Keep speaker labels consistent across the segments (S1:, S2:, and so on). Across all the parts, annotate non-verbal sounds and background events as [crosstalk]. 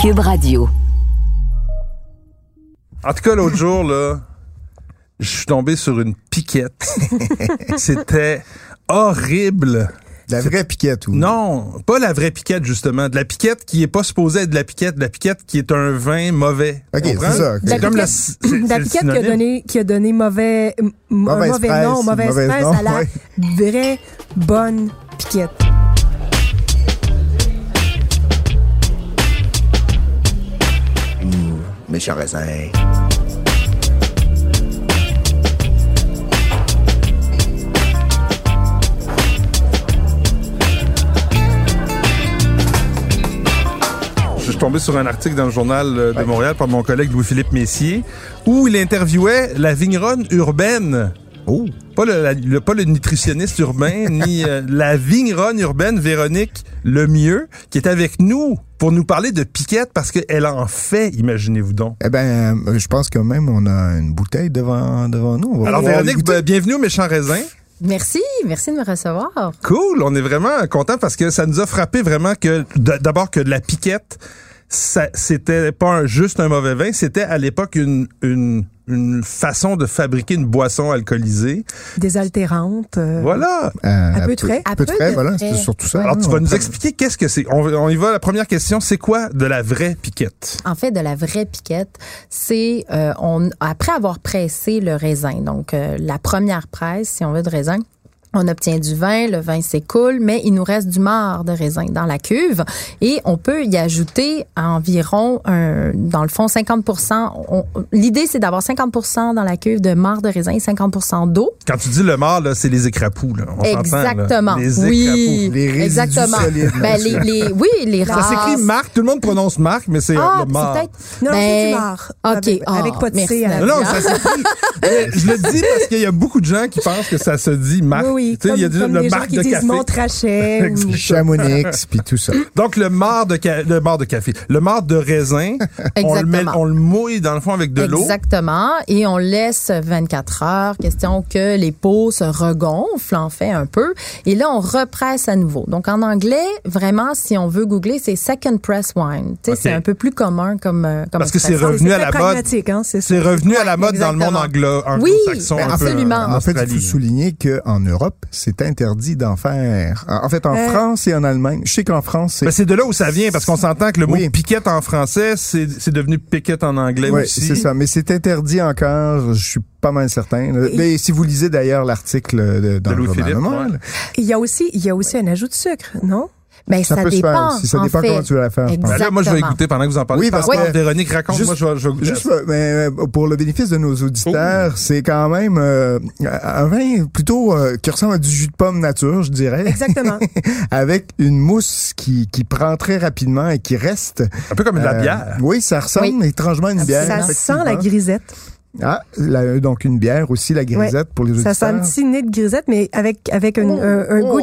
S1: Cube Radio.
S2: En tout cas, l'autre jour, là, je suis tombé sur une
S3: [laughs]
S2: piquette. C'était horrible.
S3: De La vraie piquette ou
S2: Non, pas la vraie piquette, justement. De la piquette qui est pas supposée être de la piquette. De la piquette qui est un vin mauvais.
S3: Ok,
S2: Tu comprends?
S3: c'est ça, ok.
S2: C'est
S3: La
S2: comme la...
S4: [coughs] piquette-
S2: c'est- c'est
S4: la
S2: le
S4: piquette qui a
S2: synonyme.
S4: donné, qui a donné mauvais, m- un
S3: Mauvaise
S4: mauvais
S3: presse,
S4: nom, mauvaise
S3: mauvaise
S4: presse
S3: nom,
S4: à la
S3: ouais.
S4: vraie bonne piquette.
S3: Méchant raisin.
S2: Je suis tombé sur un article dans le journal euh, de Montréal par mon collègue Louis-Philippe Messier où il interviewait la vigneronne urbaine.
S3: Oh,
S2: Pas le, la- le- pas le nutritionniste urbain, ni euh, la vigneronne urbaine Véronique Lemieux, qui est avec nous pour nous parler de piquette parce qu'elle en fait, imaginez-vous donc.
S3: eh ben, euh, je pense que même on a une bouteille devant, devant nous. On va
S2: Alors
S3: pouvoir
S2: Véronique,
S3: goûter.
S2: ben, bienvenue au Méchant Raisin.
S5: Merci, merci de me recevoir.
S2: Cool, on est vraiment content parce que ça nous a frappé vraiment que d- d'abord que de la piquette, ça c'était pas un- juste un mauvais vin, c'était à l'époque une, une une façon de fabriquer une boisson alcoolisée.
S4: Désaltérante. euh,
S2: Voilà.
S3: Euh,
S4: à peu de frais.
S3: À peu de frais, voilà, c'est surtout ça.
S2: Alors
S3: hein,
S2: tu
S3: on
S2: vas nous
S3: prend-
S2: expliquer qu'est-ce que c'est. On, on y va à la première question, c'est quoi de la vraie piquette
S5: En fait, de la vraie piquette, c'est euh, on après avoir pressé le raisin, donc euh, la première presse, si on veut, de raisin. On obtient du vin, le vin s'écoule, mais il nous reste du marc de raisin dans la cuve et on peut y ajouter environ, un, dans le fond, 50 on- L'idée, c'est d'avoir 50 dans la cuve de marc de raisin et 50 d'eau.
S2: Quand tu dis le mort, là, c'est les écrapous. Là. On s'entend, là.
S5: Exactement.
S2: Les écrapous.
S5: oui.
S3: Les résidus
S5: Exactement.
S3: solides,
S5: Ben, les, les- oui, les
S2: Ça s'écrit
S5: rases.
S2: Marc, tout le monde prononce Marc, mais c'est euh,
S5: Ah,
S2: le mort.
S5: c'est peut-être.
S4: Non, c'est du
S5: Ben,
S4: lard.
S5: OK.
S4: Avec-
S5: Ah,
S4: avec pas de
S5: merci,
S4: C hein. à la
S5: Nadia.
S2: Non, non, ça
S3: [laughs]
S2: s'écrit. Mais je le dis parce qu'il y a beaucoup de gens qui pensent que ça se dit marque.
S4: Oui, oui.
S2: Tu sais,
S4: Comme,
S2: il y a
S4: comme
S2: le
S4: des gens
S2: marque
S4: qui
S2: de
S4: disent
S2: café. [laughs]
S4: mon trachet. ou- Ah,
S3: Chamonix, [laughs] puis tout ça.
S2: Donc le marc de ca- le marc de café, le marc de raisin, on le met-
S5: Exactement.
S2: on le mouille dans le fond avec de l'eau.
S5: Exactement. Et on laisse 24 heures, question que les peaux se regonflent, en fait, un peu. Et là, on represse à nouveau. Donc, en anglais, vraiment, si on veut googler, c'est second press wine. Tu sais,
S2: OK.
S5: c'est un peu plus commun comme, euh, comme
S2: Parce que c'est
S5: expression.
S2: revenu à
S4: très
S2: la mode.
S4: pragmatique, hein, c'est
S2: C'est
S4: ça.
S2: revenu à la mode dans le monde
S5: exactement.
S2: anglo
S5: Oui,
S2: anglo-saxon
S5: ben,
S2: un peu,
S5: absolument.
S2: euh, en
S3: En fait, il faut
S2: Australie.
S3: souligner qu'en Europe, c'est interdit d'en faire. En en fait, en
S4: Euh.
S3: France et en Allemagne, je sais qu'en France, c'est
S2: Ben, c'est de là où ça vient parce qu'on s'entend que le mot
S3: Oui.
S2: piquette en français, c'est c'est devenu piquette en anglais
S3: Oui,
S2: aussi.
S3: c'est ça. Mais c'est interdit encore, je suis pas mal certain. Mais si vous lisez d'ailleurs l'article de, dans
S2: De
S3: le
S2: Louis
S3: journal
S2: Philippe,
S3: Le Monde,
S4: Il y a aussi, il y a aussi un ajout de sucre,
S2: [laughs]
S4: non?
S5: Ben,
S3: ça
S5: ça,
S3: peut se faire
S5: dépend.
S3: aussi. Ça
S5: en
S3: dépend
S5: fait.
S3: comment tu vas la faire, je pense.
S2: Ben là, moi, je vais
S5: Exactement.
S2: écouter pendant que vous en parlez.
S3: Oui, parce que-
S2: Véronique, raconte. moi, je vais, je vais goûter à
S3: Juste
S2: ça.
S3: euh, mais, euh, pour le bénéfice de nos
S2: Oh.
S3: auditeurs, c'est quand même euh, un vin plutôt euh, qui ressemble à du jus de pomme nature, je dirais,
S4: Exactement.
S3: [laughs] avec une mousse qui, qui prend très rapidement et qui reste.
S2: un peu comme de la
S3: euh,
S2: bière.
S3: Oui, ça ressemble étrangement à une bière.
S4: ça sent la grisette.
S3: effectivement. Ah, la- donc une bière aussi, la grisette pour les
S4: Ça
S3: auditeurs.
S4: sent un petit nez de grisette, mais avec, avec un, un- un
S3: oh.
S4: goût,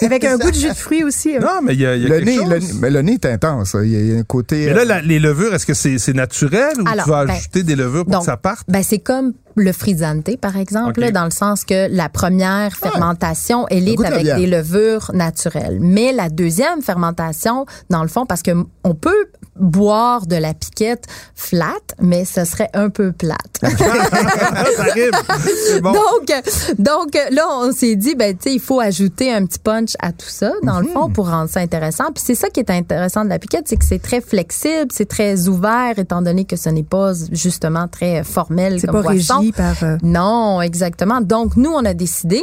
S4: de-
S2: [laughs]
S4: avec un goût de jus de fruits aussi. hein.
S2: Non, mais il y a, il y a
S3: le
S2: quelque
S3: nez,
S2: chose.
S3: le, nez- mais le nez est intense. hein. Il y a, il y a un côté.
S2: Mais là,
S3: euh,
S2: la- les levures, est-ce que c'est c'est naturel ou
S5: Alors,
S2: tu vas
S5: ben,
S2: ajouter des levures pour
S5: donc,
S2: que ça parte?
S5: Ben, c'est comme le frizzante, par exemple,
S2: Ok.
S5: là, dans le sens que la première fermentation, elle
S3: goûte
S5: est
S3: la
S5: avec
S3: bière.
S5: des levures naturelles. Mais la deuxième fermentation, dans le fond, parce que m- on peut boire de la piquette flat, mais ce serait un peu plate.
S2: Ah, ça
S5: [laughs]
S2: arrive. [laughs] C'est Ah bon.
S5: Ah, Donc, euh, donc euh, là, on s'est dit, ben, tu sais, il faut ajouter un petit punch à tout ça, dans le fond, pour rendre ça intéressant. Puis c'est ça qui est intéressant de la piquette, c'est que c'est très flexible, c'est très ouvert, étant donné que ce n'est pas justement très formel
S4: C'est pas
S5: comme boisson.
S4: régi par. euh,
S5: Non, exactement. Donc, nous, on a décidé.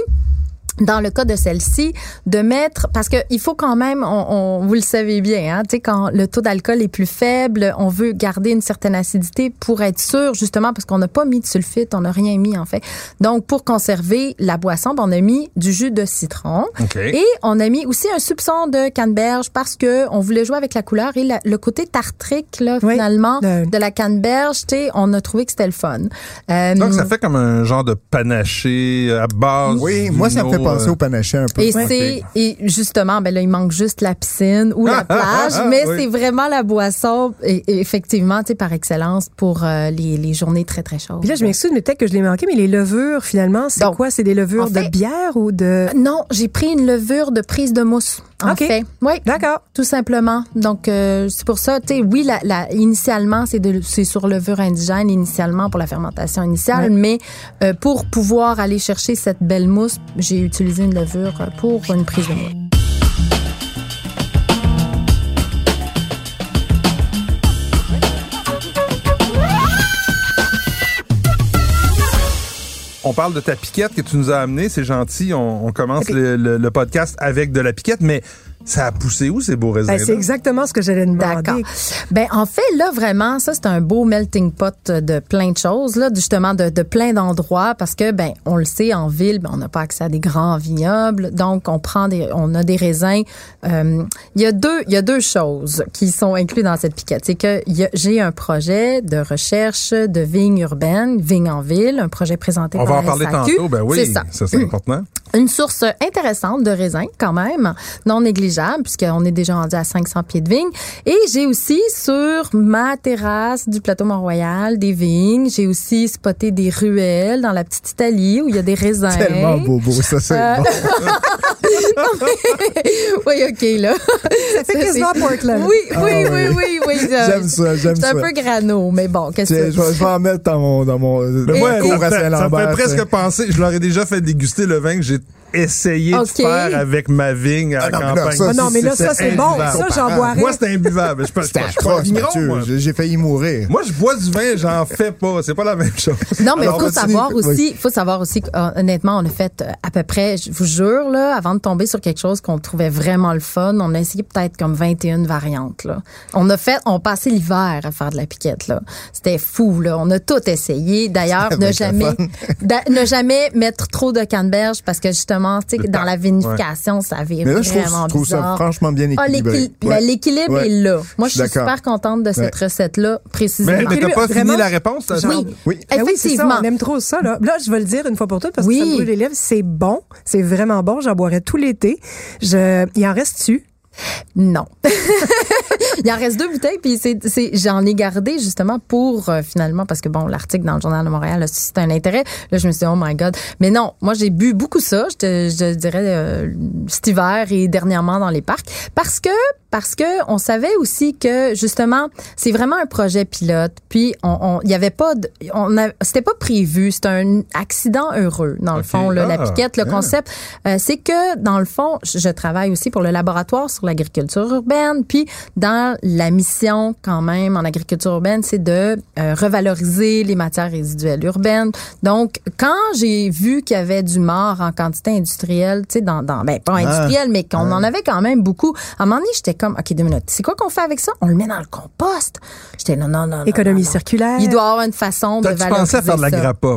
S5: Dans le cas de celle-ci, de mettre parce que il faut quand même, on, on- vous le savez bien, hein, tu sais quand le taux d'alcool est plus faible, on veut garder une certaine acidité pour être sûr justement parce qu'on n'a pas mis de sulfite, on n'a rien mis en fait. Donc pour conserver la boisson, ben, on a mis du jus de citron
S2: OK.
S5: et on a mis aussi un soupçon de canneberge parce que on voulait jouer avec la couleur et la- le côté tartrique là
S4: Oui,
S5: finalement
S4: le-
S5: de la canneberge, tu sais, on a trouvé que c'était le fun. Euh,
S2: Donc, ça fait comme un genre de panaché euh, à base.
S3: euh,
S2: euh,
S3: Oui,
S2: d'une
S3: moi, ça me fait
S2: eau
S3: penser au panaché un peu.
S4: Eh
S5: Et
S2: Ouais.
S5: c'est et justement, ben là, il manque juste la piscine ou la plage, mais
S2: Oui.
S5: c'est vraiment la boisson, et, et effectivement, tu sais, par excellence pour euh, les, les journées très très chaudes.
S4: Puis là, je m'excuse, mais peut-être que je l'ai manqué, mais les levures, finalement, c'est
S5: Donc,
S4: quoi? C'est des levures
S5: en fait- Ah,
S4: de bière ou de...
S5: Non, j'ai pris une levure de prise de mousse. En
S4: Ok.
S5: fait, oui,
S4: D'accord.
S5: tout simplement. Donc euh, c'est pour ça, tu sais, oui, la, la- initialement c'est de- c'est sur levure indigène initialement pour la fermentation initiale, mais euh, pour pouvoir aller chercher cette belle mousse, j'ai utilisé une levure euh, pour une prise de mousse.
S2: On parle de ta piquette que tu nous as amenée, c'est gentil. On, on commence le, le- le podcast avec de la piquette, mais ça a poussé où ces beaux raisins
S4: Ben, c'est exactement ce que j'allais demander.
S5: D'accord. Ben en fait là vraiment ça c'est un beau melting pot de plein de choses là justement de, de plein d'endroits parce que ben on le sait en ville ben, on n'a pas accès à des grands vignobles donc on prend des on a des raisins Euh, il y a deux il y a deux choses qui sont incluses dans cette piquette c'est que il y a- j'ai un projet de recherche de vigne urbaine vigne en ville un projet présenté
S2: On
S5: par
S2: va en parler
S5: la SAQ.
S2: tantôt. Ben oui,
S5: c'est ça
S2: ça c'est important.
S5: une source intéressante de raisins quand même, non négligeable puisqu'on est déjà rendu à 500 pieds de vigne. Et j'ai aussi sur ma terrasse du plateau Mont-Royal des vignes, j'ai aussi spoté des ruelles dans la petite Italie où il y a des raisins.
S3: Tellement beau, beau, ça, c'est
S4: Ah.
S5: Euh,
S4: [laughs]
S3: bon.
S5: [laughs] oui, ok là.
S4: Ça fait quasiment Portland.
S5: Oui, oui, oui, oui, oui, oui.
S3: Ah J'aime ça, j'aime
S5: C'est
S3: ça.
S5: un peu grano, mais bon, qu'est-ce
S3: Tu sais,
S5: que
S3: Je vais, je vais en mettre dans mon, dans mon dans
S2: Mais
S3: mon
S2: moi,
S3: cours à
S2: ça, fait- ça me
S3: Saint-Lambert.
S2: fait
S3: tu sais.
S2: presque penser, je leur ai déjà fait déguster le vin que j'ai essayé
S5: Ok.
S2: de faire avec ma vigne à
S3: Ah non,
S2: la
S3: mais là,
S2: campagne.
S3: ça,
S4: Ah non, mais là, ça, c'est bon.
S2: imbuvable.
S4: Ça, j'en Ben boirais.
S2: Moi, c'est imbuvable. Je peux- je
S3: C'était
S2: peux- je suis pas un
S3: atroce,
S2: vigneron, moi.
S3: Mathieu. J'ai- J'ai failli mourir.
S2: Moi, je bois du vin, j'en fais pas. C'est pas la même chose.
S5: Non, mais il
S3: Alors,
S5: faut
S3: vas-y.
S5: savoir aussi,
S3: Oui.
S5: faut savoir aussi qu'honnêtement, on a fait euh, à peu près, je vous jure, là, avant de tomber sur quelque chose qu'on trouvait vraiment le fun, on a essayé peut-être comme 21 variantes, là. On a fait, on passait l'hiver à faire de la piquette, là. C'était fou, là. On a tout
S3: [laughs]
S5: essayé. D'ailleurs,
S3: C'était
S5: ne
S3: bien
S5: jamais, [laughs] d'a- ne jamais mettre trop de canneberge parce que justement, tu sais, que dans
S2: temps,
S5: la vinification, ça vire
S3: Mais là, je trouve,
S5: vraiment
S3: je trouve ça
S5: bizarre.
S3: franchement bien
S5: Ah,
S3: équilibré.
S5: l'équil- puis la-
S3: Ouais.
S5: l'équilibre
S3: Ouais.
S5: est là. Moi, je suis
S3: d'accord.
S5: super contente de cette recette-là, précisément.
S2: Mais, mais t'as pas fini
S4: Vraiment?
S2: la réponse, t'as-
S5: Oui,
S3: Oui.
S4: Ben oui, c'est ça,
S5: effectivement.
S4: on aime trop ça. Là. là, je vais le dire une fois pour toutes parce
S5: Oui.
S4: que ça me brûle les lèvres. C'est bon, c'est vraiment bon. J'en boirais tout l'été. Je... Il en reste-tu?
S5: Non. [laughs] Il en reste deux bouteilles, puis c'est, c'est- j'en ai gardé justement pour euh, finalement, parce que bon, l'article dans le Journal de Montréal a suscité un intérêt. Là, je me suis dit, oh my God. Mais non, moi, j'ai bu beaucoup ça, je, te- je dirais, euh, cet hiver et dernièrement dans les parcs, parce que, parce que on savait aussi que justement, c'est vraiment un projet pilote, puis on, on- il y avait pas, de, on a- c'était pas prévu, c'était un accident heureux, dans le
S2: Ok.
S5: fond, là, la
S2: Ah,
S5: piquette, le
S2: ah.
S5: concept concept, euh, c'est que dans le fond, je je travaille aussi pour le laboratoire sur l'agriculture urbaine, puis dans la mission quand même en agriculture urbaine, c'est de euh, revaloriser les matières résiduelles urbaines. Donc, quand j'ai vu qu'il y avait du mort en quantité industrielle, tu sais, dans, dans ben
S3: Ah.
S5: pas industrielle, mais qu'on en avait quand même beaucoup, à un moment donné, j'étais comme, ok, deux minutes, c'est quoi qu'on fait avec ça On le met dans le compost. J'étais non, non, non, non,
S4: Économie
S5: Ah, non, non.
S4: circulaire.
S5: Il doit y avoir une façon de
S2: T'as-tu
S5: valoriser
S2: pensé à faire de la
S5: ça.
S2: grappa?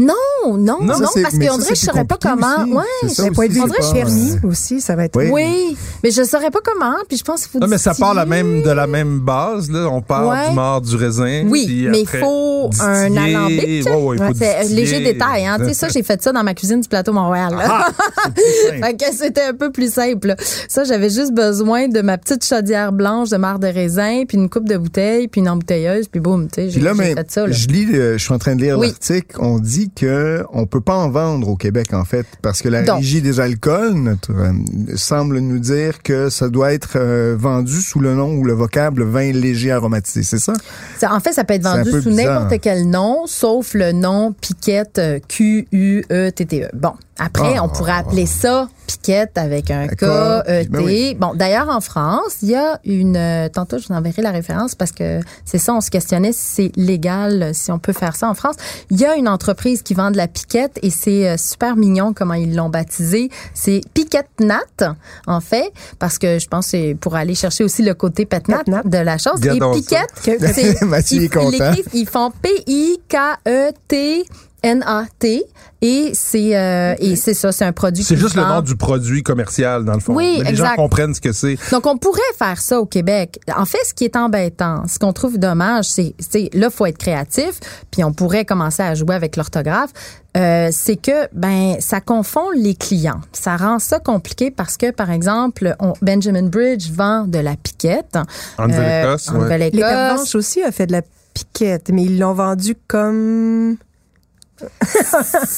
S5: Non, non, non,
S3: ça, c'est-
S5: parce
S3: mais
S5: qu'on
S3: ça,
S5: dirait que je
S3: c'est
S5: saurais pas
S3: plus compliqué
S5: comment.
S3: aussi.
S5: Ouais,
S3: C'est ça
S5: je-
S4: D'un Ben, point de
S3: aussi,
S4: vue
S5: on
S4: du
S5: dirait que je
S3: pense.
S5: suis
S4: permis aussi, ça va être...
S3: Oui.
S5: oui. mais je saurais pas comment. Puis je pense qu'il faut.
S2: Non, mais ça part la
S5: distiller.
S2: même, de la même base, là. On part
S5: Ouais.
S2: du mort du raisin.
S5: Oui,
S2: puis
S5: mais il
S2: après,
S5: faut un
S2: distiller.
S5: alambic.
S2: Ouais, ouais, il faut
S5: C'est un
S2: distiller.
S5: léger détail. Hein. Tu sais, ça, j'ai fait ça dans ma cuisine du plateau Montréal. [laughs] là.
S2: Ah! c'est plus simple.
S5: Fait que c'était un peu plus simple. Ça, j'avais juste besoin de ma petite chaudière blanche de marc de raisin, puis une coupe de bouteille, puis une embouteilleuse, puis boum, tu sais, j'ai
S3: Puis là,
S5: j'ai
S3: mais
S5: fait ça. là.
S3: je lis, le- je suis en train de lire
S5: Oui.
S3: l'article. On dit que on peut pas en vendre au Québec en fait, parce que la
S5: Donc.
S3: régie des alcools notre, euh, semble nous dire que ça doit être euh, vendu sous le nom ou le vocable vin léger aromatisé. C'est ça
S5: Ça- en fait, ça peut être
S3: C'est
S5: vendu
S3: un peu
S5: sous
S3: bizarre.
S5: n'importe quel nom, sauf le nom Piquette euh, E Q-U-E-T-T-E. Bon, après,
S3: Ah.
S5: on pourrait appeler ça Piquette avec un
S3: K,
S5: K-E-T.
S3: ben oui.
S5: Bon, d'ailleurs, en France, il y a une... euh, Tantôt, je vous enverrai la référence parce que c'est ça, on se questionnait si c'est légal, euh, si on peut faire ça en France. Il y a une entreprise qui vend de la piquette et c'est euh, super mignon comment ils l'ont baptisé. C'est Piquette Nat, en fait, parce que je pense que c'est pour aller chercher aussi le côté pet nat
S4: Pet nat.
S5: de la chose.
S2: Regarde
S5: Et
S2: donc ça.
S5: Piquette,
S4: Que-
S5: c'est-
S3: Mathieu
S5: ils,
S3: est content.
S5: E l'écrivent- ils font P-I-K-E-T. N-A-T. Et c'est euh, et c'est ça, c'est un produit.
S2: C'est
S5: qui
S2: juste le
S5: vend.
S2: nom du produit commercial, dans le fond.
S5: Oui,
S2: Mais les
S5: exact.
S2: gens comprennent ce que c'est.
S5: Donc, on pourrait faire ça au Québec. En fait, ce qui est embêtant, ce qu'on trouve dommage, c'est, c'est là, faut être créatif, puis on pourrait commencer à jouer avec l'orthographe. euh, c'est que ben ça confond les clients. Ça rend ça compliqué parce que par exemple, on- Benjamin Bridge vend de la piquette
S2: En
S5: Euh,
S2: Nouvelle-Écosse,
S5: en
S2: ouais.
S4: Les
S5: Nouvelle-Écosse.
S4: Pervenches aussi a fait de la piquette, mais ils l'ont vendu comme...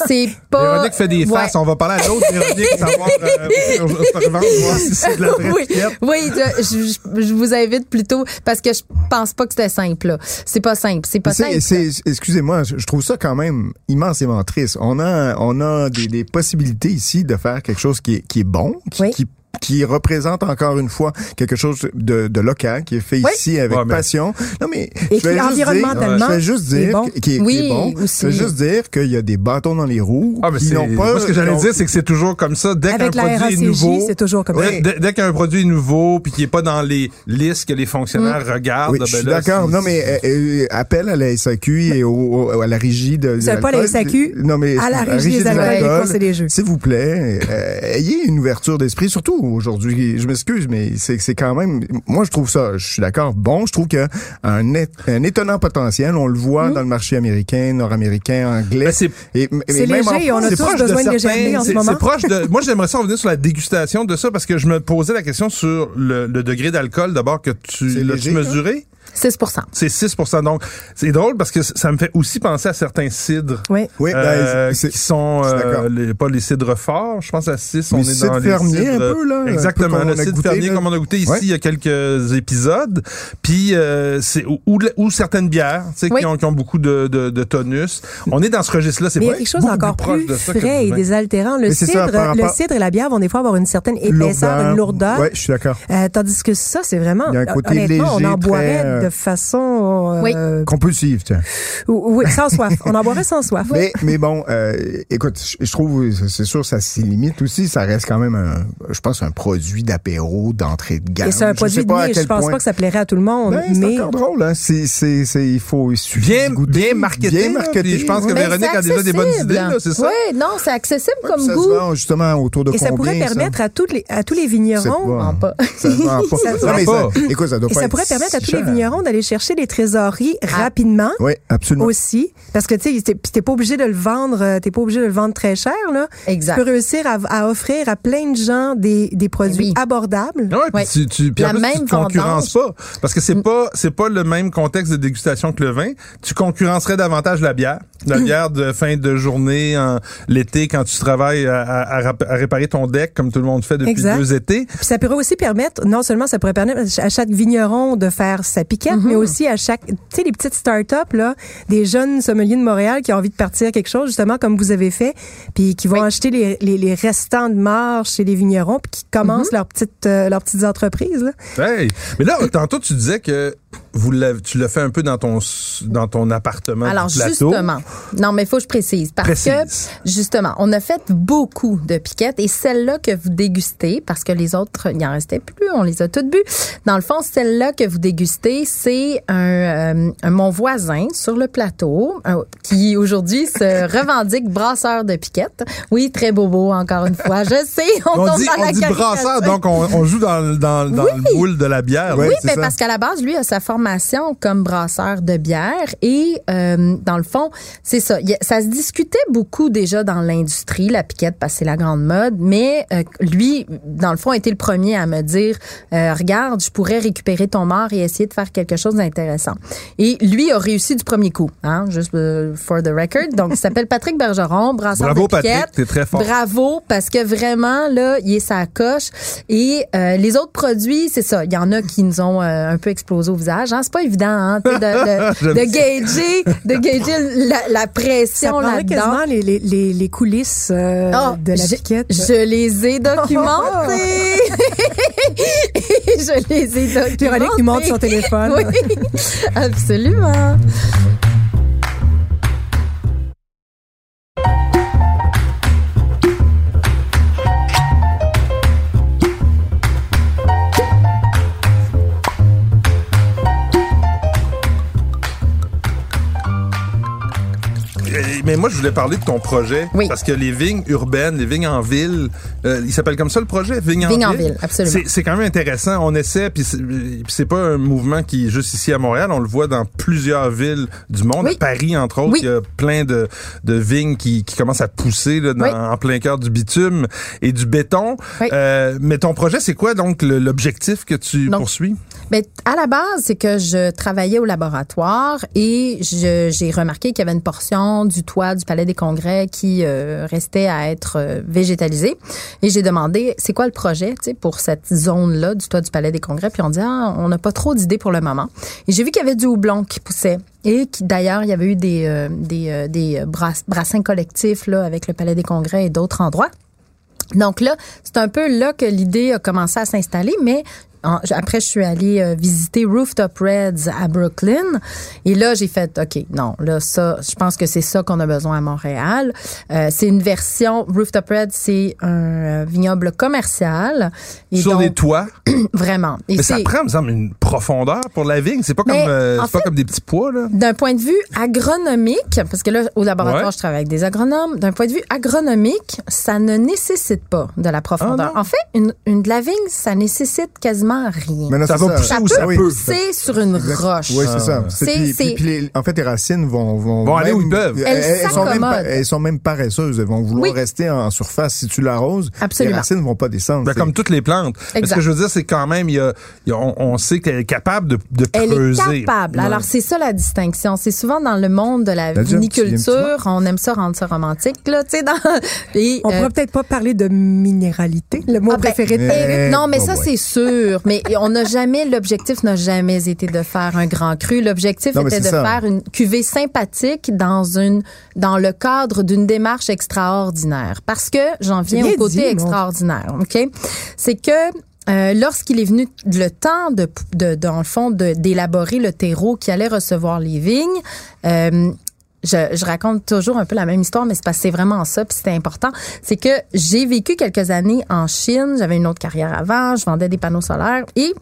S5: C'est pas
S2: Véronique fait des
S5: Ouais.
S2: faces. On va parler à l'autre Véronique, savoir
S5: [laughs]
S2: euh, se revendre, voir si c'est de la vraie
S5: oui,
S2: piquette.
S5: oui, je, je- je vous invite plutôt parce que je pense pas que c'était simple. là. C'est pas simple, c'est pas
S3: C'est-
S5: simple.
S3: c'est- Excusez-moi, je je trouve ça quand même immensément triste. On a, on a des, des possibilités ici de faire quelque chose qui est, qui est bon, qui,
S4: Oui.
S3: qui- qui représente encore une fois quelque chose de, de local qui est fait
S4: Oui.
S3: ici avec
S2: Ouais, mais-
S3: passion. Non mais
S4: Et
S3: je vais
S4: qui,
S3: juste
S4: environnementalement,
S3: dire, je vais juste
S4: est
S3: dire
S4: bon.
S3: que- qui est, qui
S5: Oui,
S3: est bon. Je vais
S5: aussi.
S3: juste dire qu'il y a des bâtons dans les roues
S2: Ah, mais
S3: qui
S2: c'est-
S3: n'ont pas.
S2: moi, ce que j'allais
S3: donc-
S2: dire, c'est que c'est toujours comme ça. Dès qu'un
S4: Avec la
S2: produit est
S4: RACJ,
S2: nouveau.
S4: c'est toujours comme
S2: Dès,
S4: ça.
S2: dès- dès qu'un produit est nouveau puis qu'il n'est pas dans les listes que les fonctionnaires
S4: Mm.
S2: regardent,
S3: Oui,
S2: ben
S3: je suis
S2: là,
S3: d'accord.
S2: c'est-
S3: Non, mais euh, euh, appel à la SAQ et au, au- à la régie de.
S4: C'est
S3: de
S4: pas la
S3: l'alcool.
S4: SAQ,
S3: Non, mais
S4: à la régie des alcools et des courses et des jeux.
S3: S'il vous plaît, euh, ayez une ouverture d'esprit, surtout aujourd'hui. Je m'excuse, mais c'est c'est quand même. Moi, je trouve ça. Je suis d'accord. Bon, je trouve qu'il y a un, é- un étonnant potentiel. On le voit dans le marché américain, nord-américain, anglais.
S2: Ben, c'est-
S3: et,
S4: C'est léger, on a
S3: c'est
S4: tous
S3: proche
S4: besoin de
S3: certains-
S4: légèreté en ce
S2: C'est-
S4: moment.
S2: C'est proche
S4: [laughs]
S2: de. Moi, j'aimerais ça revenir sur la dégustation de ça parce que je me posais la question sur le, le degré d'alcool d'abord que tu
S3: C'est
S2: l'as-tu
S3: léger,
S2: mesuré.
S5: 6
S2: C'est 6 Donc, c'est drôle parce que c- ça me fait aussi penser à certains cidres.
S4: Oui.
S3: Oui, ben,
S2: euh,
S3: c'est-
S2: qui sont
S3: je suis
S2: euh,
S3: d'accord.
S2: les- pas les cidres forts, je pense à 6,
S3: Les
S2: on est dans
S3: cidres
S2: les
S3: fermiers, un
S2: cidres-
S3: peu, là, un
S2: Exactement,
S3: peu comme
S2: le
S3: on a
S2: cidre
S3: goûté,
S2: fermier
S3: là.
S2: comme on a goûté ici
S3: Ouais.
S2: il y a quelques épisodes, puis euh, c'est ou, ou la- ou certaines bières, tu sais
S5: Oui.
S2: qui, ont, qui ont beaucoup de, de, de tonus. On est dans ce registre là, c'est
S4: Mais il y
S2: pas
S4: a quelque chose
S2: beaucoup
S4: encore
S2: proche
S4: plus
S2: de ça que
S4: frais
S2: du
S4: et
S2: vin.
S4: désaltérant. Le
S3: Mais c'est ça,
S4: cidre,
S3: par
S4: le
S3: rapport-
S4: cidre et la bière vont des fois avoir une certaine épaisseur, une lourdeur.
S3: Ouais, je suis d'accord.
S4: Euh, tandis que ça, c'est vraiment. euh,
S3: Il y a un côté
S4: honnêtement,
S3: léger,
S4: on en boirait
S3: très, euh,
S4: de façon. euh,
S3: Compulsif, tiens.
S4: ou- oui, sans soif. On en boirait sans soif.
S3: Mais, mais bon, euh, écoute, je- je trouve, c'est sûr, ça s'y limite aussi. Ça reste quand même, un, je pense, un produit d'apéro, d'entrée de gamme.
S4: Et c'est un
S3: Je
S4: produit
S3: sais
S4: de
S3: pas à
S4: niche.
S3: quel
S4: Je pense
S3: point.
S4: pas que ça plairait à tout le monde.
S3: Ben, c'est
S4: mais
S3: encore drôle, hein. C'est, c'est, c'est, il faut, il suffit
S2: Bien,
S3: de goûter,
S2: bien marketé.
S3: Bien
S2: là,
S3: marketé,
S2: puis Je pense que
S3: ouais.
S5: Ben,
S2: Véronique
S5: c'est
S2: a déjà des bonnes
S5: accessible.
S2: idées, là, c'est ça?
S5: Oui, non, c'est accessible
S3: Ouais,
S5: comme
S3: ça se
S5: goût.
S3: vend justement autour de
S4: Ben, et
S3: combien,
S4: ça pourrait permettre à, toutes les, à tous les
S3: ça?
S4: vignerons.
S5: Vend pas.
S3: hein. Ça se vend pas.
S4: [laughs] Ça se
S3: Non, mais
S2: vend
S3: ça- écoute, ça doit
S4: Et
S3: pas
S4: ça
S3: être
S4: pourrait permettre à
S3: si
S4: tous les
S3: cher.
S4: vignerons d'aller chercher les trésoreries
S5: Ah.
S4: rapidement.
S3: Oui, absolument.
S4: aussi parce que tu sais t'es- t'es pas obligé de le vendre euh, t'es pas obligé de le vendre très cher là
S5: Exact. Eh
S4: tu peux réussir à, à offrir à plein de gens des, des produits
S5: Oui.
S4: abordables
S2: Ah Ouais, puis
S5: Ouais.
S2: tu, tu, puis en
S5: La
S2: plus, tu
S5: même Mm.
S2: te concurrences pas. Parce que c'est pas, c'est pas le même contexte de dégustation que le vin. Tu concurrencerais davantage la bière. La
S5: Mm.
S2: bière de fin de journée, en- l'été, quand tu travailles à, à- à rap- à réparer ton deck, comme tout le monde fait depuis
S4: Exact.
S2: deux étés.
S4: Puis ça pourrait aussi permettre, non seulement ça pourrait permettre à chaque vigneron de faire sa piquette,
S5: Mm-hmm.
S4: mais aussi à chaque, tu sais, les petites start-up, là, des jeunes sommeliers de Montréal qui ont envie de partir quelque chose, justement, comme vous avez fait, puis qui vont
S5: Oui.
S4: acheter les, les, les restants de marge chez les vignerons, puis qui commencent
S5: Mm-hmm.
S4: leurs, petites, euh, leurs petites entreprises, là.
S2: Hey! Mais là, tantôt, tu disais que vous l'avez- tu l'as fait un peu dans ton, s- dans ton appartement
S5: Alors
S2: du plateau.
S5: justement, non mais il faut que je précise parce
S2: Précise.
S5: que justement, on a fait beaucoup de piquettes et celle-là que vous dégustez parce que les autres il en restait plus, on les a toutes bu. Dans le fond, celle-là que vous dégustez, c'est un, euh, un- mon voisin sur le plateau un- qui
S2: [laughs]
S5: aujourd'hui se revendique brasseur de piquettes. Oui, très bobo encore une fois. Je sais, on,
S2: On
S5: tombe
S2: dit,
S5: dans
S2: on
S5: la
S2: dit brasseur,
S5: caricature.
S2: Ah, donc on, on joue dans, dans, dans le moule de la bière.
S3: Ouais,
S5: Oui,
S3: c'est
S5: ben,
S3: ça.
S5: parce qu'à la base, lui a sa formation comme brasseur de bière et euh, dans le fond, c'est ça. Il y a- ça se discutait beaucoup déjà dans l'industrie, la piquette, parce que c'est la grande mode, mais euh, lui, dans le fond, a été le premier à me dire, euh, regarde, je pourrais récupérer ton mort et essayer de faire quelque chose d'intéressant. Et lui a réussi du premier coup, hein, juste euh, for the record. Donc, il s'appelle Patrick Bergeron, brasseur
S2: Bravo,
S5: de piquette.
S2: Patrick, t'es très fort.
S5: Bravo, parce que vraiment, là, il est sa coche. Et euh, les autres produits, c'est ça. Il y en a qui nous ont euh, un peu explosé au visage. Hein? C'est pas évident hein, tu sais, de, de,
S2: J'aime
S5: de
S2: ça.
S5: gager, de gager la, la
S4: Ça
S5: pression
S4: prendrait
S5: là-dedans.
S4: quasiment les, les, les, les coulisses euh,
S5: Ah,
S4: de la
S5: je-
S4: piquette.
S5: Je les ai documentés. je les ai documentés.
S4: Véronique qui monte son téléphone.
S5: Oui, absolument.
S2: Euh, mais moi, je voulais parler de ton projet.
S5: Oui.
S2: Parce que les vignes urbaines, les vignes en ville, euh, il s'appelle comme ça le projet, Vignes en
S5: Vignes en
S2: ville.
S5: ville, absolument.
S2: C'est- C'est quand même intéressant. On essaie, puis c'est- puis c'est pas un mouvement qui est juste ici à Montréal. On le voit dans plusieurs villes du monde.
S5: Oui.
S2: À Paris, entre autres,
S5: Oui.
S2: il y a plein de, de vignes qui, qui commencent à pousser là, dans-
S5: Oui.
S2: en plein cœur du bitume et du béton.
S5: Oui.
S2: Euh, mais ton projet, c'est quoi donc le- l'objectif que tu
S5: Donc,
S2: poursuis?
S5: Mais Ben, à la base, c'est que je travaillais au laboratoire et je- j'ai remarqué qu'il y avait une portion du toit du Palais des Congrès qui euh, restait à être euh, végétalisée. Et j'ai demandé, c'est quoi le projet tu sais, pour cette zone-là du toit du Palais des Congrès? Puis on dit, ah, on n'a pas trop d'idées pour le moment. Et j'ai vu qu'il y avait du houblon qui poussait. Et qui, d'ailleurs, il y avait eu des, euh, des, euh, des brass- brassins collectifs là, avec le Palais des Congrès et d'autres endroits. Donc là, c'est un peu là que l'idée a commencé à s'installer, mais en- j- après, je suis allée euh, visiter Rooftop Reds à Brooklyn. Et là, j'ai fait, OK, non, là, ça, je pense que c'est ça qu'on a besoin à Montréal. Euh, c'est une version, Rooftop Reds, c'est un euh, vignoble commercial. Et
S2: Sur
S5: donc,
S2: des toits.
S5: Vraiment. Et
S2: Mais ça
S5: c'est-
S2: prend, il me semble, une profondeur pour la vigne. C'est pas comme,
S5: Mais,
S2: euh,
S5: en
S2: c'est pas
S5: fait-
S2: comme des petits pois, là.
S5: D'un point de vue agronomique, parce que là, au laboratoire,
S2: Ouais.
S5: je travaille avec des agronomes, d'un point de vue agronomique, ça ne nécessite pas de la profondeur.
S2: Ah non.
S5: en fait, une, une de la vigne, ça nécessite quasiment rien.
S3: Mais non,
S2: Ça
S3: c'est
S2: va pousser Ah
S5: ça
S2: ou
S5: peut
S2: ça peut?
S5: pousser sur une roche.
S3: Oui,
S2: Ah.
S3: c'est ça. C'est-
S5: C'est-
S3: puis-
S5: c'est-
S3: puis- puis les- en fait, les racines vont... Vont,
S2: Vont aller
S3: même-
S2: où ils peuvent.
S3: Elles,
S5: Elles
S3: elles sont même,
S5: s'accommodent.
S3: pa- elles sont même paresseuses. Elles vont vouloir
S5: Oui.
S3: rester en surface. Si tu l'arroses, les
S5: Absolument.
S3: racines ne vont pas descendre.
S2: Ben,
S3: C'est-
S2: comme toutes les plantes. Mais
S5: Exact.
S2: ce que je veux dire, c'est quand même, il y a, il y a- on, on sait qu'elle est capable de, de
S5: Elle
S2: creuser.
S5: est capable.
S2: Ouais.
S5: Alors, c'est ça la distinction. C'est souvent dans le monde de la
S3: Nadia, un petit- un petit
S5: viniculture, on aime ça rendre ça romantique, là, tu sais, dans... Et,
S4: On
S5: euh,
S4: pourrait peut-être pas parler de minéralité, le mot
S5: Ah, ben,
S4: préféré de
S3: Mais-
S4: Paris.
S3: Eh,
S5: non, mais
S3: bon,
S5: ça,
S3: ouais.
S5: c'est sûr. Mais on n'a jamais, l'objectif n'a jamais été de faire un grand cru. L'objectif
S3: Non, mais
S5: était de
S3: c'est ça.
S5: faire une cuvée sympathique dans une, dans le cadre d'une démarche extraordinaire. Parce que j'en viens
S4: bien
S5: au côté
S4: dit, mon-
S5: extraordinaire. OK? C'est que, euh, lorsqu'il est venu le temps de, de- dans le fond, de- d'élaborer le terreau qui allait recevoir les vignes, euh, je, je raconte toujours un peu la même histoire, mais c'est parce que c'est vraiment ça, puis c'était important. C'est que j'ai vécu quelques années en Chine. J'avais une autre carrière avant. Je vendais des panneaux solaires. Et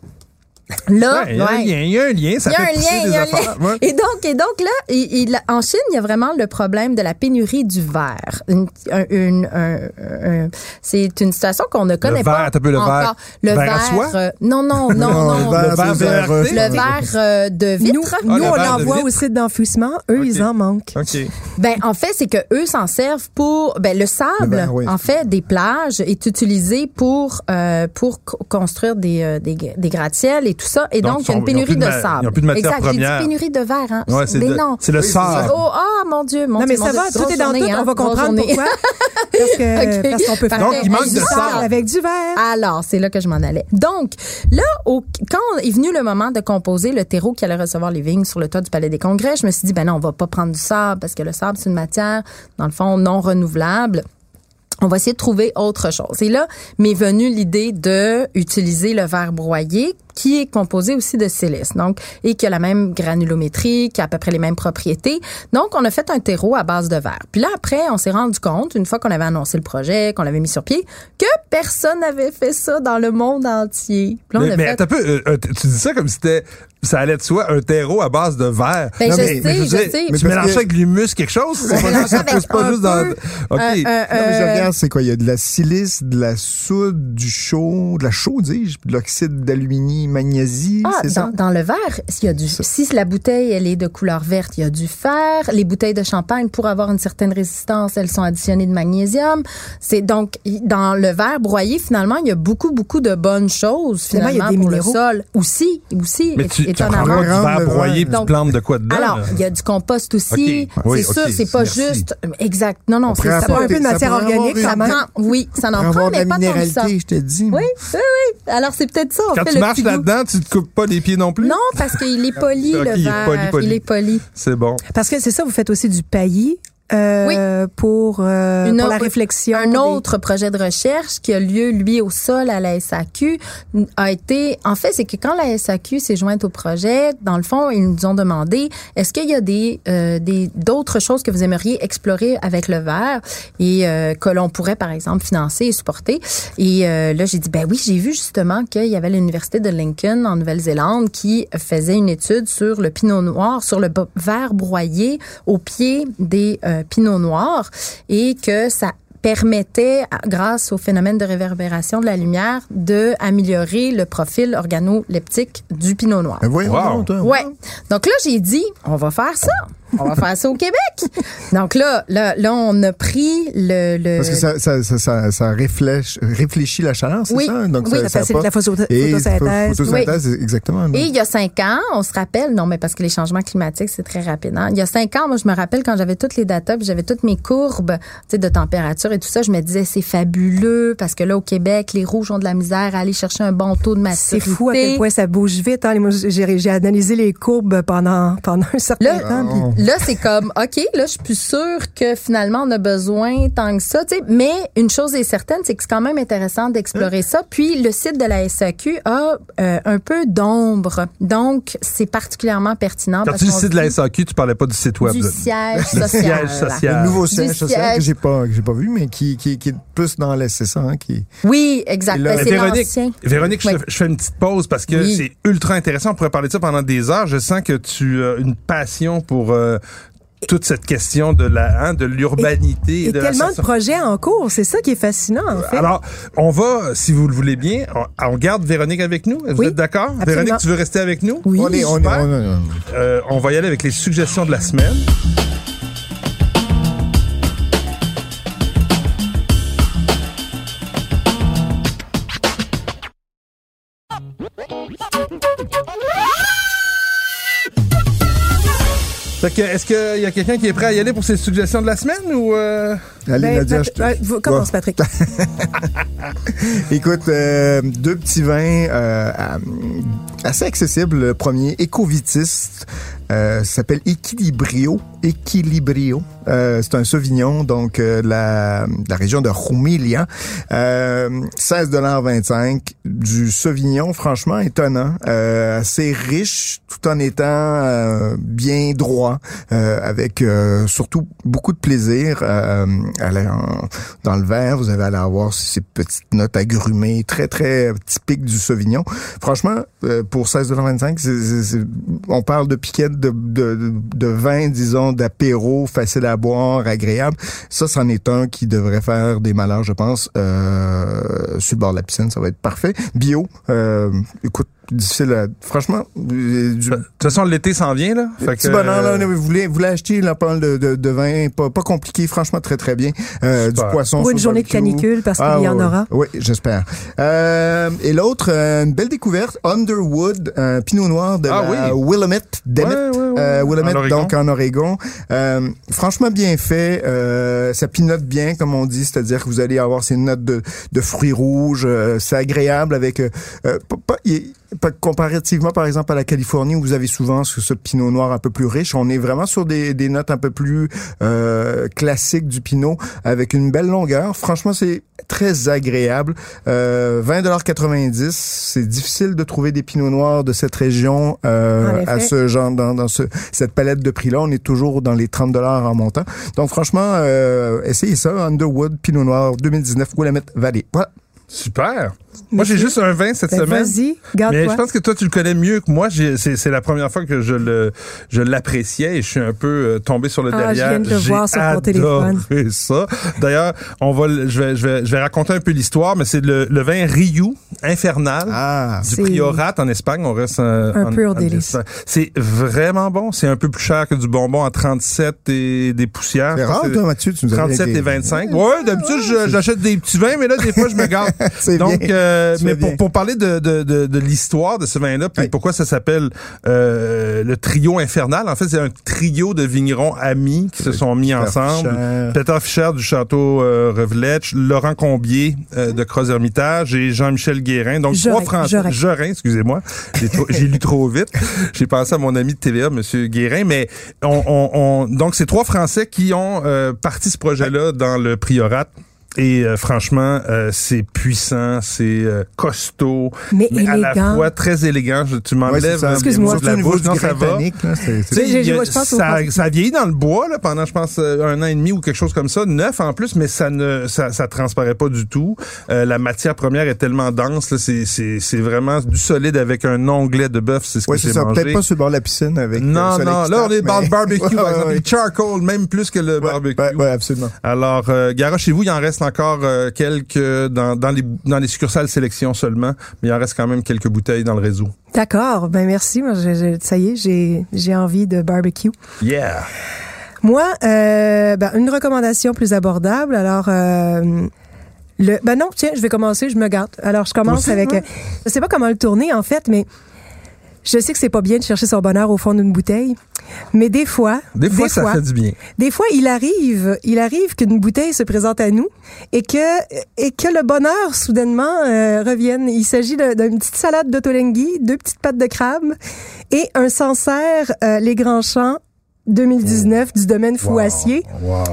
S5: là,
S2: Ouais, Il y a un
S5: ouais.
S2: lien, il y a un lien, ça
S5: Il y
S2: fait
S5: a un
S2: pousser
S5: lien, il
S2: des
S5: y a un
S2: affaires.
S5: lien.
S2: Ouais.
S5: [laughs] Et donc, et donc là, il- il- en Chine, il y a vraiment le problème de la pénurie du verre. Une- un- une- un- un- c'est une situation qu'on ne connaît pas.
S2: verre, t'as peu le verre.
S5: encore. Le
S2: Verre à
S5: verre,
S2: soie?
S5: euh, non, non, non, non.
S3: le verre,
S2: verre
S3: c'est
S2: vert,
S3: vert,
S2: tu sais.
S5: Le verre euh, de
S4: Nous,
S5: vitre.
S4: nous,
S2: Ah, la
S4: on
S2: barre de
S4: l'envoie
S2: vitre.
S4: au site d'enfouissement. Eux, ils
S2: Ok.
S4: en manquent.
S2: OK.
S5: Ben en fait, c'est que eux s'en servent pour ben le sable
S3: Ben, oui.
S5: en fait des plages est utilisé pour euh, pour co- construire des euh, des, des gratte-ciels et tout ça et
S2: Donc,
S5: donc, il y a
S2: ils ont-
S5: une
S2: ils ont
S5: pénurie
S2: plus de
S5: de,
S2: ma-
S5: sable.
S2: ils ont plus de matières
S5: exact, j'ai dit
S2: premières.
S5: pénurie de verre hein.
S2: Ouais, c'est
S5: Mais
S2: de-
S5: non.
S2: c'est le
S3: Oui, c'est ça.
S2: sable.
S5: Oh ah mon dieu, mon
S4: Non, mais
S5: Dieu,
S4: ça
S5: mon
S4: va,
S5: Dieu,
S4: tout est
S5: grosse
S4: dans
S5: journée,
S4: tout.
S5: hein,
S4: On va
S5: grosse
S4: comprendre
S5: journée.
S4: pourquoi. Parce que-
S5: Ok. Ah.
S4: parce qu'on peut faire
S5: Donc, il
S2: manque
S4: du
S2: de
S4: sable
S2: sable.
S4: avec du verre.
S5: [laughs] Alors, c'est là que je m'en allais. Donc, là, au- quand est venu le moment de composer le terreau qui allait recevoir les vignes sur le toit du Palais des Congrès, je me suis dit, ben non, on va pas prendre du sable parce que le sable, c'est une matière, dans le fond, non renouvelable. On va essayer de trouver autre chose. Et là, m'est venue l'idée de utiliser le verre broyé qui est composé aussi de silice, donc et qui a la même granulométrie, qui a à peu près les mêmes propriétés. Donc, on a fait un terreau à base de verre. Puis là, après, on s'est rendu compte, une fois qu'on avait annoncé le projet, qu'on l'avait mis sur pied, que personne n'avait fait ça dans le monde entier. Puis là, on
S2: Mais,
S5: a
S2: mais
S5: fait-
S2: attends un peu, euh, un t- tu dis ça comme si c'était, ça allait de soi, un terreau à base de verre.
S5: Ben,
S3: Non,
S5: je
S3: mais-
S5: sais,
S3: mais
S5: je,
S2: veux dire,
S5: sais.
S3: mais
S2: tu
S3: parce
S2: mélanges
S3: que-
S2: ça avec de l'humus, quelque chose? C'est pas
S5: Ben, mélange
S2: juste-
S5: ça avec
S2: c'est pas
S5: un
S2: juste dans...
S5: peu,
S2: OK.
S5: un-
S3: Non, mais
S5: un-
S3: je
S5: euh,
S3: regarde, c'est quoi? Il y a de la silice, de la soude, du chaud, de la chaudige, de l'oxyde d'alumini, magnésie,
S5: Ah,
S3: c'est
S5: dans,
S3: ça?
S5: dans le verre, s'il y a du, si la bouteille elle est de couleur verte, il y a du fer. Les bouteilles de champagne, pour avoir une certaine résistance, elles sont additionnées de magnésium. C'est donc il- dans le verre broyé, finalement, il y a beaucoup beaucoup de bonnes choses
S4: Finalement,
S5: finalement,
S4: il y a des
S5: pour
S4: minéraux.
S5: le sol aussi, aussi
S2: Mais tu, tu prends
S5: étonnamment.
S2: pas du
S3: Rendre
S2: verre
S3: le
S2: broyé,
S3: verre.
S2: puis tu
S5: Donc-
S2: plantes de quoi dedans?
S5: Alors,
S2: là?
S5: il y a du compost aussi.
S2: Ok. Oui,
S5: c'est sûr,
S2: ok,
S5: c'est pas
S2: merci.
S5: juste exact. Non non,
S3: On
S5: c'est
S3: pourrait
S5: ça.
S4: prend un peu de
S3: apporter- ça
S4: matière
S3: pourrait avoir
S4: organique,
S3: une-
S4: ça
S5: Ça
S4: manque.
S5: prend, oui, ça
S3: pour
S5: en prend,
S3: avoir de
S5: mais
S3: la
S5: pas tant que ça.
S3: minéralité, je te dis.
S5: Oui, oui, oui. Alors c'est peut-être ça. on
S2: Quand
S5: fait
S2: tu
S5: le
S2: marches
S5: petit goût.
S2: là-dedans, tu te coupes pas les pieds non plus?
S5: Non, parce qu'il est poli
S2: [laughs] Ok,
S5: le
S2: il est
S5: verre.
S2: poli, poli.
S5: Il est poli.
S2: C'est bon.
S4: Parce que c'est ça, vous faites aussi du paillis euh, pour, euh,
S5: Une
S4: pour la
S5: autre-
S4: réflexion.
S5: Un
S4: des-
S5: autre projet de recherche qui a lieu, lui, au sol à la SAQ a été... En fait, c'est que quand la SAQ s'est jointe au projet, dans le fond, ils nous ont demandé, est-ce qu'il y a des euh, des- d'autres choses que vous aimeriez explorer avec le verre et euh, que l'on pourrait, par exemple, financer et supporter? Et euh, là, j'ai dit, ben oui, j'ai vu justement qu'il y avait l'Université de Lincoln en Nouvelle-Zélande qui faisait une étude sur le pinot noir, sur le bo- verre broyé au pied des, euh, euh, Pinot Noir et que ça permettait, à- grâce au phénomène de réverbération de la lumière, de améliorer le profil organoleptique du Pinot Noir.
S4: Ah
S3: Ben voyons
S2: Wow.
S3: donc, toi.
S5: Ouais. Donc là, j'ai dit, on va faire ça. On va faire ça
S4: [laughs]
S5: au Québec. Donc là, là, là, on a pris le. le-
S3: Parce que ça, ça, ça, ça, ça réfléch- réfléchit la chaleur, c'est
S5: Oui.
S3: ça? Donc,
S5: Oui,
S3: ça,
S5: ça
S4: facilite la photo-
S3: Et
S4: photosynthèse.
S3: pho- photosynthèse, exactement.
S5: Et il y a cinq ans, on se rappelle, non, mais parce que les changements climatiques, c'est très rapide. hein. Il y a cinq ans, moi, je me rappelle quand j'avais toutes les datas, puis j'avais toutes mes courbes tu sais, de température et tout ça, je me disais, c'est fabuleux, parce que là, au Québec, les rouges ont de la misère à aller chercher un bon taux de
S4: C'est
S5: maturité.
S4: fou à quel point ça bouge vite. Hein. Moi, j'ai j'ai analysé les courbes pendant, pendant un certain
S5: Là, hein,
S4: temps. puis-
S5: là c'est comme, OK, là, je suis plus sûre que finalement, on a besoin tant que ça. tu sais. Mais une chose est certaine, c'est que c'est quand même intéressant
S2: Hein?
S5: d'explorer ça. Puis, le site de la SAQ a euh, un peu d'ombre. Donc, c'est particulièrement pertinent.
S2: Quand
S5: parce
S2: tu dis
S5: qu'on
S2: site de la
S5: dit
S2: SAQ, tu parlais pas du site web.
S5: du
S2: là.
S5: siège
S2: Le
S5: social.
S2: siège
S3: Le
S2: social.
S3: nouveau
S5: Du
S3: siège social que
S5: siège.
S3: j'ai pas, que j'ai pas vu, mais qui, qui, qui est plus dans l'est, c'est ça, hein, qui,
S5: Oui, exact.
S3: Et là-
S5: Ben,
S2: Mais
S5: c'est
S2: euh, Véronique,
S5: l'ancien.
S2: Véronique, je-
S5: Oui.
S2: je, fais une petite pause parce que
S5: Oui.
S2: c'est ultra intéressant. On pourrait parler de ça pendant des heures. Je sens que tu as euh, une passion pour euh, toute cette question de la hein, de l'urbanité et,
S4: Et
S2: de la
S4: tellement de
S2: sensation-
S4: projets en cours. C'est ça qui est fascinant, en fait.
S2: Alors, on va, si vous le voulez bien, on, on garde Véronique avec nous. Vous
S4: Oui,
S2: êtes d'accord?
S4: absolument.
S2: Véronique, tu veux rester avec nous?
S4: Oui.
S3: on est, on est,
S2: super.
S3: on est- on est-
S2: Euh, on va y aller avec les suggestions de la semaine. Fait que, est-ce qu'il y a quelqu'un qui est prêt à y aller pour ses suggestions de la semaine ou euh,
S3: Allez,
S4: Ben,
S3: Nadia,
S4: Pat-
S3: je te-
S4: ouais, vous- commence, Patrick.
S3: Écoute, euh, deux petits vins euh, à- assez accessibles. Le premier, Ecovitiste, euh, ça s'appelle Equilibrio. Equilibrio. Euh, c'est un Sauvignon, donc euh, de la, de la région de Roumilia. Euh, 16,25 Du Sauvignon, franchement, étonnant. Euh, assez riche, tout en étant euh, bien droit, euh, avec euh, surtout beaucoup de plaisir. Euh, à la- en- dans le verre, vous avez à avoir ces petites notes agrumées, très, très typiques du Sauvignon. Franchement, euh, pour 16,25 c'est- c'est- c'est- on parle de piquettes, de, de, de vin, disons, d'apéro, facile à boire, agréable. Ça, c'en est un qui devrait faire des malheurs, je pense. Euh, sur le bord de la piscine, ça va être parfait. Bio, euh, écoute, difficile à... Franchement, euh, du,
S2: De toute façon, l'été s'en vient, là. Fait
S3: Petit
S2: que,
S3: bonheur, là,
S2: euh,
S3: vous voulez, vous voulez acheter là, pas mal de, de, de vin, pas, pas compliqué, franchement, très, très bien. Euh, du
S2: Super.
S3: poisson.
S4: Pour
S3: sur
S4: une
S3: le
S4: journée de
S3: barbecue.
S4: canicule, parce qu'il
S3: Ah,
S4: y en
S3: oui,
S4: aura.
S3: Oui, j'espère. Euh, et l'autre, euh, une belle découverte, Underwood, un pinot noir de
S2: Ah
S3: la
S2: oui.
S3: Willamette, Demet.
S2: Ouais, ouais, ouais.
S3: Euh, Willamette,
S2: En Oregon.
S3: donc en Oregon. Euh, franchement bien fait. Euh, ça pinote bien, comme on dit, c'est-à-dire que vous allez avoir ces notes de, de fruits rouges. euh, c'est agréable avec... euh, euh, pas- pas- y est- pas- comparativement, par exemple, à la Californie, où vous avez souvent ce, ce pinot noir un peu plus riche, on est vraiment sur des, des notes un peu plus euh, classiques du pinot, avec une belle longueur. Franchement, c'est très agréable. Euh, 20,90 c'est difficile de trouver des pinots noirs de cette région euh,
S4: En effet.
S3: à ce genre dans, dans ce, cette palette de prix là on est toujours dans les 30 dollars en montant donc franchement euh, essayez ça Underwood Pinot Noir 2019 Willamette Valley voilà
S2: Super. Moi, j'ai
S4: Monsieur?
S2: juste un vin cette
S4: Ben,
S2: semaine.
S4: Vas-y,
S2: Mais je
S4: garde-toi.
S2: pense que toi, tu le connais mieux que moi. J'ai- C'est c'est la première fois que je le je l'appréciais et je suis un peu euh, tombé sur le
S4: Ah,
S2: derrière.
S4: je viens de le
S2: J'ai
S4: voir sur ton
S2: adoré
S4: téléphone.
S2: ça. D'ailleurs, on va le- je vais je vais je vais raconter un peu l'histoire, mais c'est le, le vin Riou infernal.
S3: ah
S2: Du
S4: C'est-
S2: priorat en Espagne, on reste euh,
S4: Un
S2: en-
S4: pur
S2: en-
S4: délice.
S2: C'est vraiment bon. C'est un peu plus cher que du bonbon à 37 et des poussières.
S3: c'est
S2: Je pense
S3: rare
S2: que
S3: toi Mathieu tu nous avais
S2: 37
S3: des-
S2: et 25. Ouais, d'habitude, je- j'achète des petits vins, mais là, des fois, je me garde.
S3: [laughs] C'est
S2: Donc,
S3: bien.
S2: euh,
S3: C'est
S2: mais
S3: bien.
S2: pour, pour parler de, de, de, de l'histoire de ce vin-là, puis
S3: Oui.
S2: pourquoi ça s'appelle euh, le trio infernal, en fait, c'est un trio de vignerons amis qui se sont mis
S3: Peter
S2: ensemble.
S4: Euh,
S3: Fischer.
S2: Peter Fischer du château euh, Reveletch, Laurent Combier euh, de Croz Hermitage et Jean-Michel Guérin. Donc
S4: Jorin,
S2: trois Français.
S4: Jorin.
S2: Jorin, excusez-moi. J'ai trop- J'ai lu trop vite. J'ai pensé à mon ami de TVA, Monsieur Guérin. Mais on, on- on- donc c'est trois Français qui ont euh, parti ce projet-là dans le priorat. Et euh, franchement, euh, c'est puissant, c'est euh, costaud,
S4: Mais
S2: à la
S4: élégant.
S2: fois très élégant. Je- tu
S3: Ouais, c'est
S2: m'enlèves
S3: ça.
S2: euh,
S4: Excuse-moi.
S2: de la bouche, non, ça va. Tu sais,
S4: J'ai- j'ai-
S2: il y a-
S4: je pense au
S2: ça,
S4: français.
S2: ça vieillit dans le bois là, pendant, je pense, euh, un an et demi ou quelque chose comme ça, neuf en plus, mais ça ne ça, ça transparaît pas du tout. Euh, la matière première est tellement dense, là, c'est, c'est, c'est vraiment du solide avec un onglet de bœuf, c'est ce
S3: Oui,
S2: que
S3: c'est
S2: j'ai
S3: ça.
S2: mangé.
S3: Peut-être pas sur le bord de la piscine avec. euh,
S2: non, non, là on est dans le
S3: [laughs]
S2: barbecue, par exemple,
S3: Oui,
S2: le charcoal, même plus que le barbecue.
S3: ouais, ouais, absolument.
S2: Alors, euh, Gara, chez vous, il en reste encore euh, quelques dans, dans, les, dans les succursales sélection seulement, mais il en reste quand même quelques bouteilles dans le réseau.
S4: D'accord. Ben merci. Moi, je- je- ça y est, j'ai j'ai envie de barbecue.
S2: Yeah!
S4: Moi, euh, ben, une recommandation plus abordable. Alors, euh, le, ben non, tiens, je vais commencer, je me gâte. Alors, je commence
S2: Aussi,
S4: avec.
S2: hein?
S4: euh, je sais pas comment le tourner, en fait, mais je sais que c'est pas bien de chercher son bonheur au fond d'une bouteille. Mais des fois.
S2: Des fois, ça fait du bien.
S4: Des fois, il arrive, il arrive qu'une bouteille se présente à nous et que et que le bonheur soudainement euh, revienne. Il s'agit de- d'une petite salade d'otolenghi, deux petites pattes de crabe et un Sancerre euh, Les Grands Champs 2019 du domaine Fouassier.
S2: Wow.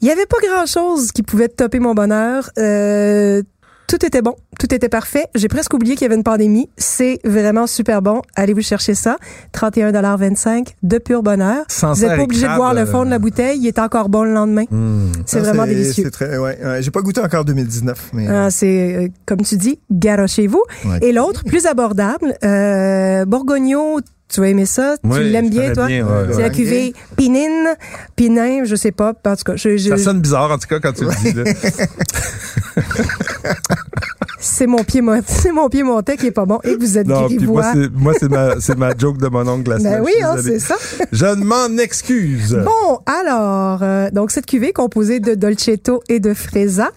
S4: Il y avait pas grand-chose qui pouvait topper mon bonheur. Euh, tout était bon, tout était parfait. J'ai presque oublié qu'il y avait une pandémie. C'est vraiment super bon. Allez vous chercher ça. 31,25 de pur bonheur.
S2: Sans
S4: Vous n'êtes
S2: serre
S4: pas
S2: et
S4: obligé de
S2: crabe,
S4: boire le
S2: euh,
S4: fond de la bouteille. Il est encore bon le lendemain.
S2: hmm.
S4: C'est
S3: Non,
S4: vraiment délicieux.
S3: C'est très, ouais, ouais, j'ai pas goûté encore 2019, mais.
S4: Ah, c'est, euh, comme tu dis, garochez-vous.
S3: Ouais.
S4: Et l'autre, plus abordable, euh, Borgogno, tu vas aimer ça. tu
S2: Oui,
S4: l'aimes
S2: je
S4: bien,
S2: connais
S4: toi?
S2: bien, ouais,
S4: c'est
S2: ouais.
S4: la cuvée Pinin, Pinin, je sais pas. En tout cas, je- je-
S2: Ça sonne bizarre, en tout cas, quand tu le
S4: [laughs]
S2: dis. Là.
S4: c'est mon pied, mon, [laughs] c'est mon pied monté qui est pas bon et que vous êtes
S2: Non, puis moi,
S4: grivois.
S2: c'est, moi, c'est ma, c'est ma joke de mon oncle la
S4: Ben
S2: semaine,
S4: oui,
S2: je suis
S4: hein,
S2: désolé.
S4: c'est ça.
S2: Je ne m'en excuse.
S4: Bon, alors, euh, donc cette cuvée composée de Dolcetto et de Fresa,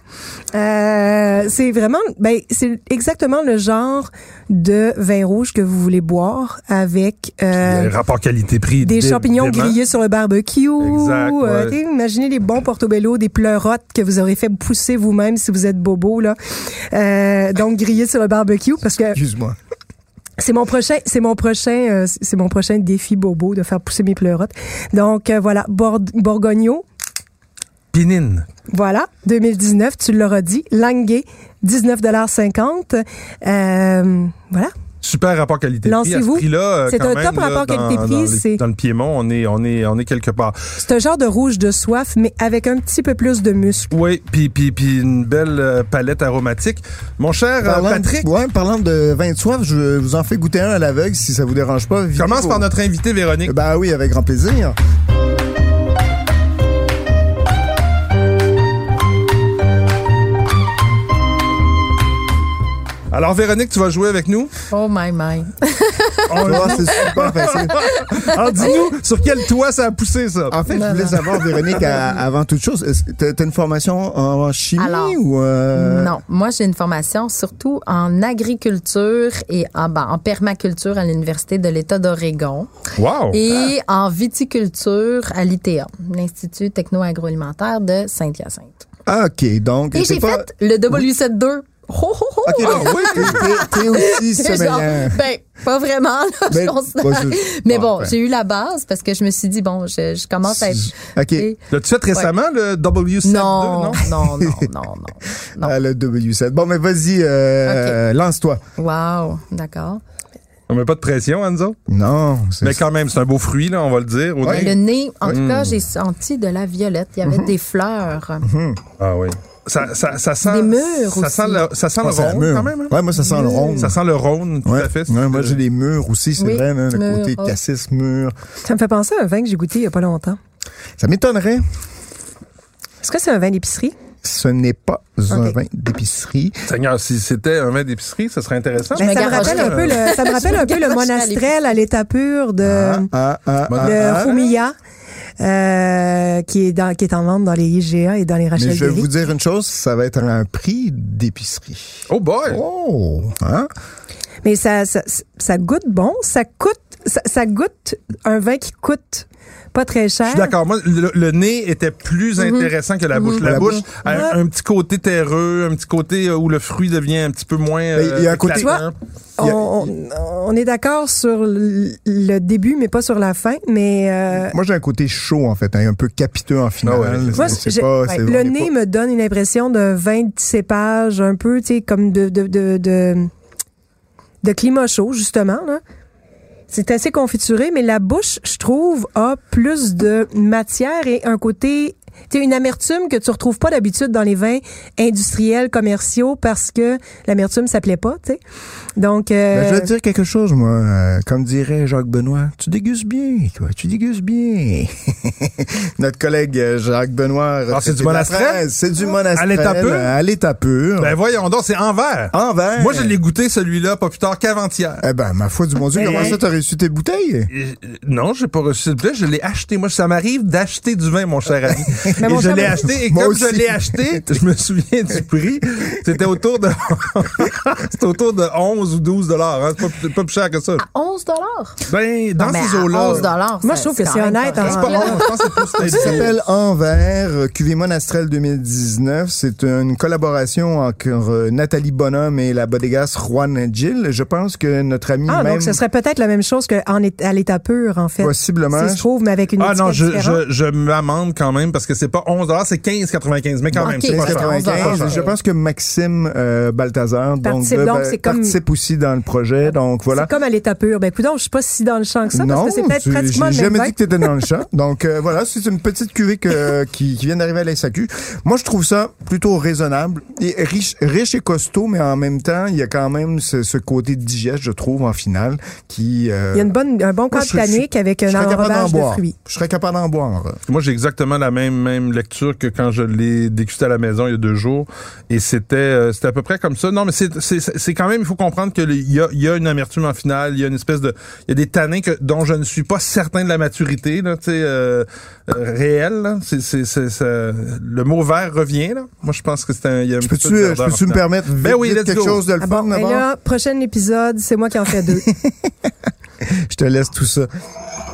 S4: euh, c'est vraiment, ben, c'est exactement le genre de vin rouge que vous voulez boire avec euh,
S2: Le rapport qualité-prix.
S4: des
S2: dé-
S4: champignons
S2: dément.
S4: grillés sur le barbecue.
S2: Exact, ouais.
S4: Euh, t'sais, imaginez les bons portobello, des pleurotes que vous aurez fait pousser vous-même si vous êtes bobo là. Euh, donc grillés sur le barbecue parce que
S3: Excuse-moi.
S4: c'est mon prochain, c'est mon prochain, euh, c'est mon prochain défi bobo de faire pousser mes pleurotes. Donc euh, voilà, Bord- Borgogno,
S2: Pinine.
S4: voilà, 2019, tu l'auras dit, Languet, 19,50 euh, Voilà.
S2: Super rapport qualité-prix. À ce
S4: Lancez-vous.
S2: prix-là, euh,
S4: C'est
S2: quand
S4: un
S2: même,
S4: top
S2: là,
S4: rapport
S2: dans-
S4: qualité-prix,
S2: Dans, les-
S4: c'est-
S2: dans le Piémont, on est, on est, on est quelque part.
S4: C'est un genre de rouge de soif, mais avec un petit peu plus de muscle.
S2: Oui, puis, puis, puis une belle euh, palette aromatique. Mon cher euh,
S3: Parlant-
S2: Patrick,
S3: Ouais, parlant de vin de soif, je vous en fais goûter un à l'aveugle si ça vous dérange pas. Vivez
S2: commence
S3: vos-
S2: par notre Oh invité Véronique.
S3: Ben oui, avec grand plaisir. [laughs]
S2: Alors Véronique, tu vas jouer avec nous.
S5: Oh my my.
S3: Tu vois, c'est super facile.
S2: Alors dis-nous sur quel toit ça a poussé ça.
S3: En fait, je voulais savoir, Véronique, à- avant toute chose, est-ce que t'as t'as une formation en chimie
S5: Alors,
S3: ou euh,
S5: Non, moi j'ai une formation surtout en agriculture et en, ben, en permaculture à l'université de l'État d'Oregon
S2: Wow.
S5: et en viticulture à l'ITA, l'Institut techno-agroalimentaire de Saint-Hyacinthe.
S3: Ah, ok, donc.
S5: Et
S3: t'es
S5: j'ai
S3: pas-
S5: fait le W72. Ho, ho, ho!
S3: Ok, non, oui, t'es- t'es- t'es aussi
S5: C'est [laughs] genre,
S3: sommelier.
S5: ben, pas vraiment, là, je
S3: Ben,
S5: considère.
S3: pas sûr.
S5: Mais
S3: Bon,
S5: bon,
S3: enfin.
S5: j'ai eu la base parce que je me suis dit, bon, je, je commence à être.
S3: Ok.
S5: Et-
S2: L'as-tu fait récemment le W72?
S5: Non, non, non, non, non. non.
S3: Ah, le W7. Bon, mais vas-y, [laughs] euh, lance-toi.
S5: Wow, d'accord.
S2: On met pas de pression, Anzo.
S3: Non, c'est
S2: Mais quand même, c'est un beau fruit, là, on va le dire. au nez.
S5: Mais Le nez,
S3: Mm.
S5: en tout cas, j'ai senti de la violette. Il y
S3: Mm-hmm.
S5: avait des fleurs.
S2: Ah oui. Ça, ça, ça sent.
S5: Des murs
S2: ça
S5: aussi.
S2: Sent le, ça sent
S3: Ah, c'est
S2: le
S3: la
S2: rhône,
S3: mûre.
S2: quand même. hein?
S3: Ouais, moi, ça sent le rond.
S2: Ça sent le rhône, tout
S3: Ouais.
S2: à fait.
S3: Ouais, moi, j'ai des murs aussi, c'est
S5: Oui,
S3: vrai, hein, le
S5: murs,
S3: côté
S5: oh.
S3: cassis, mur.
S4: Ça me fait penser à un vin que j'ai goûté il y a pas longtemps.
S3: Ça m'étonnerait.
S4: Est-ce que c'est un vin d'épicerie?
S3: Ce n'est pas un
S4: Ok.
S3: vin d'épicerie.
S2: Seigneur, si c'était un vin d'épicerie, ça serait intéressant.
S5: Je me
S4: Ben, ça, me
S5: garocherais.
S4: rappelle un peu le, ça me rappelle un
S5: [laughs]
S4: peu le monastrel à l'état pur de
S3: Ah, ah, ah,
S4: Euh, le
S3: ah.
S4: Rumilla, euh, qui, est dans, qui est en vente dans les IGA et dans les Rachel
S3: Mais je vais
S4: Berry.
S3: vous dire une chose, ça va être un prix d'épicerie.
S2: Oh boy!
S3: Oh! Hein?
S4: Mais ça, ça, ça goûte bon, ça coûte ça, ça goûte un vin qui coûte pas très
S2: Je
S4: cher.
S2: suis d'accord. Moi, le, le nez était plus intéressant que la bouche. La,
S3: Mm-hmm. La
S2: bouche,
S3: bouche.
S2: a un, un petit côté terreux, un petit côté euh, où le fruit devient un petit peu moins. euh,
S3: Ben, il y a un côté-
S2: éclatant.
S4: On, on- on est d'accord sur l- le début, mais pas sur la fin. Mais euh,
S3: Moi, j'ai un côté chaud, en fait, hein, un peu capiteux en finale.
S2: Ah ouais.
S4: moi,
S3: C'est-
S4: j'ai-
S3: c'est pas-
S4: ouais,
S3: c'est-
S4: le
S3: on est
S4: nez
S3: pas-
S4: me donne une impression de vin de cépage, un peu, tu sais, comme de de, de, de de climat chaud justement. là. C'est assez confituré, mais la bouche, je trouve, a plus de matière et un côté, tu sais, une amertume que tu retrouves pas d'habitude dans les vins industriels, commerciaux, parce que l'amertume s'appelait pas, tu sais. Donc, euh,
S3: Ben, je vais te dire quelque chose, moi. Euh, comme dirait Jacques Benoît, tu dégustes bien, quoi. Tu dégustes bien. [laughs] Notre collègue euh, Jacques Benoît.
S2: Ah, c'est du
S3: retraité de la
S2: monastrel?
S3: presse, C'est du monastrel.
S2: l'état pur?
S3: euh, À l'état pur.
S2: Ben voyons donc, c'est en verre.
S3: Envers.
S2: Moi, je l'ai goûté celui-là pas plus tard qu'avant-hier.
S3: Eh ben, ma foi du bon Dieu,
S2: Ben,
S3: comment
S4: hein?
S3: ça t'as reçu tes bouteilles?
S2: Euh, Non, j'ai pas reçu le je l'ai acheté. Moi, ça m'arrive d'acheter du vin, mon cher ami. et
S4: Mais mon
S2: je
S4: cher
S2: l'ai
S4: ami-
S2: acheté, et
S3: Moi
S2: comme
S3: aussi.
S2: je l'ai acheté, je me souviens du prix. C'était autour de, [laughs] c'était autour de 11 ou 12 dollars, hein. C'est pas, pas plus cher que ça.
S5: 11
S2: Ben, dans
S5: Non, mais
S2: ces
S5: à
S2: eaux-là.
S5: 11 Moi,
S4: je trouve que c'est honnête, hein.
S2: C'est pas 11, je pense que
S3: Ça
S2: c'est plus
S3: s'appelle Envers, euh, cuvée monastrel 2019. C'est une collaboration entre euh, Nathalie Bonhomme et la bodegas Juan Gil. Je pense que notre ami
S4: Ah,
S3: même,
S4: donc ce serait peut-être la même chose qu'à l'état pur, en fait.
S3: possiblement,
S4: Si je trouve, mais avec une
S2: Ah non,
S4: étiquette
S2: je,
S4: différente.
S2: je, je m'amende quand même parce que c'est pas 11 c'est 15,95. Mais quand
S5: Bon,
S2: même,
S5: ok,
S2: c'est pas
S5: voilà.
S2: cher.
S3: 95.
S5: Ouais.
S3: Je pense que Maxime euh, Balthazar donc,
S4: Participe,
S3: de-
S4: donc,
S3: ben,
S4: c'est comme-
S3: participe aussi dans le projet. Donc voilà.
S4: C'est comme à l'état pur. Ben, coudonc, je suis pas si dans le champ que ça,
S3: non,
S4: parce que c'est peut-être
S3: tu-
S4: pratiquement
S3: j'ai
S4: le même
S3: jamais
S4: vin.
S3: dit que tu étais dans
S4: [laughs]
S3: le champ. Donc euh, voilà, c'est une petite cuvée que- qui, qui vient d'arriver à la SAQ. Moi, je trouve ça plutôt raisonnable, et riche, riche et costaud, mais en même temps, il y a quand même ce, ce côté digeste, je trouve, en finale, qui. euh,
S4: Il y a une bonne, un bon
S3: moi,
S4: cadre
S3: je- je-
S4: tannique avec
S3: je
S4: un
S3: serais capable d'en
S4: enrobage de
S3: boire.
S4: fruits.
S3: Je serais capable d'en boire.
S2: Moi, j'ai exactement la même, même lecture que quand je l'ai dégusté à la maison il y a deux jours. Et c'était euh, c'était à peu près comme ça. Non, mais c'est- c'est c'est quand même, il faut comprendre qu'il y a, il y a une amertume en finale. Il y a une espèce de... Il y a des tanins que, dont je ne suis pas certain de la maturité là, tu sais, euh, euh, réelle. là. C'est- c'est- c'est- ça- le mot vert revient. Là. Moi, je pense que c'est un... il y a un
S3: Je
S2: petit peu de
S3: peux-tu euh,
S2: verdeur
S3: je peux-tu
S2: en
S3: me
S2: finale.
S3: permettre vite,
S2: Ben oui,
S3: vite
S2: let's
S3: quelque
S2: go.
S3: chose de le
S4: Ah
S3: prendre
S4: bon, et
S3: d'abord?
S4: là, prochain épisode, c'est moi qui en
S3: [laughs]
S4: fais deux.
S3: Je te laisse tout ça.
S4: Ah,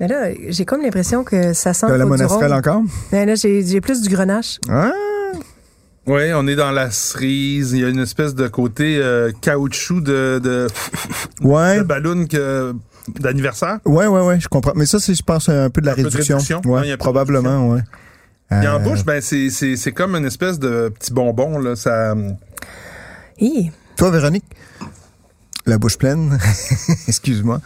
S4: mais Ben là, j'ai comme l'impression que ça sent
S3: T'as la
S4: le pot du
S3: monastrelle
S4: rhum.
S3: encore?
S4: Mais là, j'ai j'ai plus du grenache.
S3: Hein?
S2: Oui, on est dans la cerise. Il y a une espèce de côté euh, caoutchouc de, de,
S3: Ouais.
S2: de ballon que d'anniversaire.
S3: Ouais, ouais, ouais, je comprends. Mais ça, c'est, je pense, un peu de la
S2: peu de
S3: réduction.
S2: réduction.
S3: Ouais,
S2: Ouais, il y a un peu de
S3: probablement, ouais.
S2: Et en
S3: Euh,
S2: bouche, ben c'est, c'est, c'est comme une espèce de petit bonbon là. Ça,
S4: Hi.
S3: Toi, Véronique, la bouche pleine, [laughs] excuse-moi.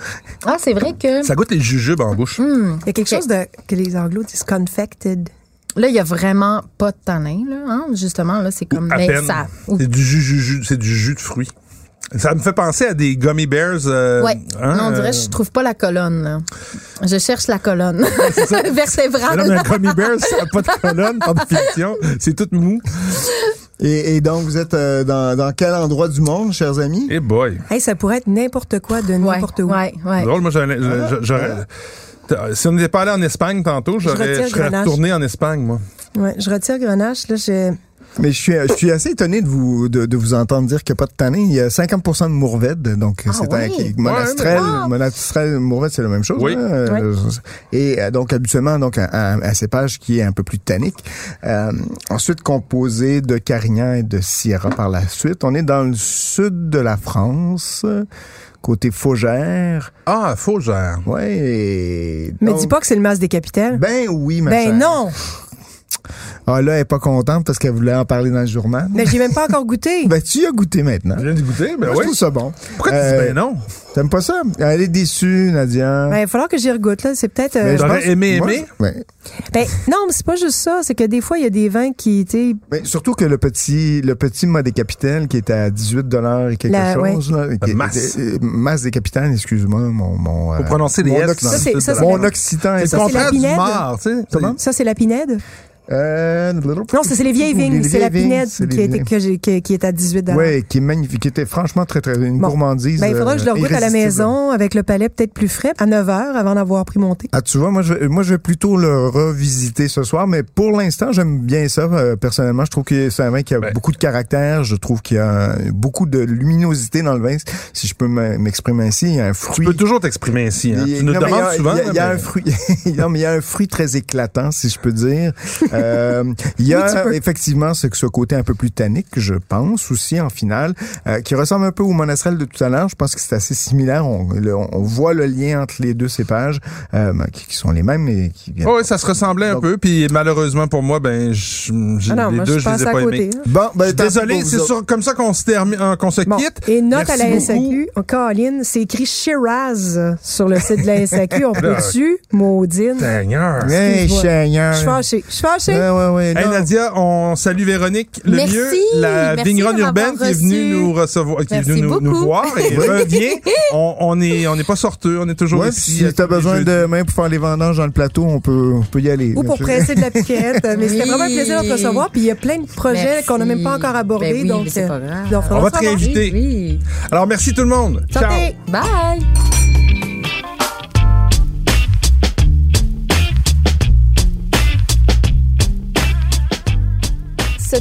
S5: Ah, c'est vrai que
S2: ça goûte les jujubes en bouche.
S4: Il y a quelque chose de, que les anglos disent confected.
S5: là, il n'y a vraiment pas de tanin, là. hein. Justement, là, c'est comme.
S2: à
S5: mais
S2: peine.
S5: ça- ou-
S2: C'est du jus, jus, jus- c'est du jus de fruits. Ça me fait penser à des gummy bears. euh,
S5: Ouais.
S2: hein,
S5: non, on dirait
S2: euh,
S5: que je trouve pas la colonne. là. Je cherche
S2: [laughs]
S5: la colonne
S2: mais non, mais
S5: [laughs] vertébrale.
S2: un gummy bear, ça n'a pas de colonne, par définition. C'est tout mou.
S3: Et, et donc, vous êtes euh, dans, dans quel endroit du monde, chers amis?
S2: Et boy.
S4: Hey, ça pourrait être n'importe quoi de
S5: Ouais,
S4: n'importe où.
S5: ouais, ouais.
S2: Drôle, moi, j'aurais- j'aurais- j'aurais- Ah. si on n'était pas allé en Espagne tantôt, j'aurais,
S4: retire
S2: je
S4: le
S2: serais
S4: grenage.
S2: retourné en Espagne, moi.
S4: Ouais, je retire grenache. Là, j'ai-
S3: Mais je suis, je suis assez étonné de vous, de, de vous entendre dire qu'il n'y a pas de tannin. Il y a 50 de mourvèdre, donc
S4: Ah
S3: c'est
S5: ouais?
S3: un qui- monastrel. Monastrel, mourvèdre, c'est la même chose.
S2: Oui.
S3: hein, euh, Et euh, donc, habituellement, donc, un, un- un cépage qui est un peu plus tannique. Euh, ensuite, composé de Carignan et de Sierra par la suite. On est dans le sud de la France, côté Faugère.
S2: Ah, Faugère.
S3: Ouais. et
S4: Mais
S3: donc-
S4: dis pas que c'est le masque des capitales.
S3: Ben oui, ma chère.
S4: Ben non!
S3: Ah là, elle est pas contente parce qu'elle voulait en parler dans le journal. [laughs]
S4: Mais j'ai même pas encore goûté.
S3: Ben, tu y as goûté maintenant.
S2: Je viens de goûter, ben
S3: Moi,
S2: oui.
S3: Je trouve ça bon.
S2: Pourquoi tu dis
S3: Euh,
S2: ben non?
S3: T'aimes pas ça? Elle est déçue, Nadia.
S4: Ben, il va falloir que j'y regoute. Là. C'est peut-être. euh,
S3: Mais je
S2: T'aurais
S3: pense-
S2: aimé,
S3: moi,
S2: aimé?
S3: ouais.
S4: Ben, non, mais c'est pas juste ça. C'est que des fois, il y a des vins qui, tu sais,
S3: Mais Ben, surtout que le petit, le petit mât des capitales qui était à 18 et quelque
S4: La-
S3: chose, là, qui-
S2: masse.
S3: euh, masse des capitales, excuse-moi, mon, mon, euh,
S2: Faut prononcer les
S3: mon
S2: S.
S3: occ-
S2: dans le
S4: Ça, c'est-
S2: sud
S4: ça,
S2: de la-
S4: c'est
S3: mon occitan est
S2: C'est
S4: ça,
S2: le
S4: c'est la
S2: contraire du
S4: pinède.
S2: mort, tu sais.
S3: Comment?
S4: ça, c'est la pinède.
S3: Euh,
S4: Non, ça, c'est les vieilles vignes. C'est la pinède
S3: c'est les
S4: qui, a été-
S3: vignes.
S4: que j'ai- que- qui est à 18
S3: Ouais, qui est magnifique, qui était franchement très, très, une
S4: Bon.
S3: gourmandise.
S4: Ben, il faudra que je le
S3: euh,
S4: goûte à la
S3: irrésistible.
S4: maison avec le palais peut-être plus frais à 9 h avant d'avoir pris mon thé.
S3: Ah, tu vois, moi, je vais, moi, je vais plutôt le revisiter ce soir, mais pour l'instant, j'aime bien ça. euh, personnellement, je trouve que c'est un vin qui a
S2: Ben.
S3: beaucoup de caractère. Je trouve qu'il y a beaucoup de luminosité dans le vin, si je peux m- m'exprimer ainsi. Il y a un
S2: Tu
S3: fruit.
S2: peux toujours t'exprimer ainsi. Hein.
S3: Il-
S2: Tu nous
S3: non, mais il y
S2: demandes
S3: a-
S2: souvent.
S3: Il y a, il y a
S2: là,
S3: un
S2: mais-
S3: fruit. [laughs] non, mais il y a un fruit très éclatant, si je peux dire. Euh, il y
S4: Oui, tu
S3: a
S4: peux.
S3: effectivement ce, ce côté un peu plus tannique, je pense, aussi en finale, euh, qui ressemble un peu au monastrel de tout à l'heure. Je pense que c'est assez similaire. On, le- on voit le lien entre les deux cépages, euh, qui, qui sont les mêmes, mais qui viennent.
S2: Oh, oui, ça se ressemblait un
S3: Donc-
S2: peu, puis malheureusement pour moi, ben, je- je-
S4: Ah non,
S2: les
S4: moi,
S2: deux,
S4: je
S2: je les
S4: passe
S2: ai
S4: à
S2: pas
S4: côté.
S2: aimés.
S4: hein.
S3: Bon,
S2: Oh! Je
S3: ben,
S2: suis
S3: tant pis
S2: Désolé,
S3: pour
S2: c'est
S3: vous autres.
S2: sur, comme ça qu'on se, termine, euh, qu'on se
S4: Bon.
S2: quitte.
S4: Et note à la
S2: Merci
S4: SAQ, oh, Colin, c'est écrit Shiraz sur le site de la SAQ. On
S2: Là.
S4: peut-tu? Maudine.
S2: Seigneur.
S3: Hey,
S4: Excuse-moi. Je
S3: Seigneur.
S4: suis fâchée. Je suis fâchée.
S3: Ouais, ouais, ouais,
S2: Hey
S3: non.
S2: Nadia, on salue Véronique
S5: Merci,
S2: Lemieux, la
S5: merci
S2: vigneronne
S5: de m'avoir
S2: urbaine qui est
S5: reçu.
S2: venue nous recevoir, qui est
S5: Merci
S2: venue nous, nous
S5: beaucoup.
S2: voir et
S3: [laughs] Oui.
S2: revient. On, on est, on n'est pas sorteux, on est toujours
S3: Ouais,
S2: ici. à
S3: si
S2: tous
S3: t'as
S2: les
S3: besoin
S2: jeudis.
S3: de main pour faire les vendanges dans le plateau, on peut, on peut y aller.
S4: Ou pour
S3: Je-
S4: presser de la piquette. Mais c'était
S5: Oui.
S4: vraiment un plaisir de te recevoir. Puis il y a plein de projets
S5: Merci.
S4: qu'on n'a même pas encore abordés.
S5: Ben oui,
S4: donc,
S5: mais c'est
S4: euh,
S5: pas grave.
S4: donc,
S2: On va
S4: se
S2: te
S4: revoir.
S2: réinviter.
S5: Oui.
S2: Alors merci tout le monde. Ciao.
S4: Santé.
S5: Bye.
S1: Ce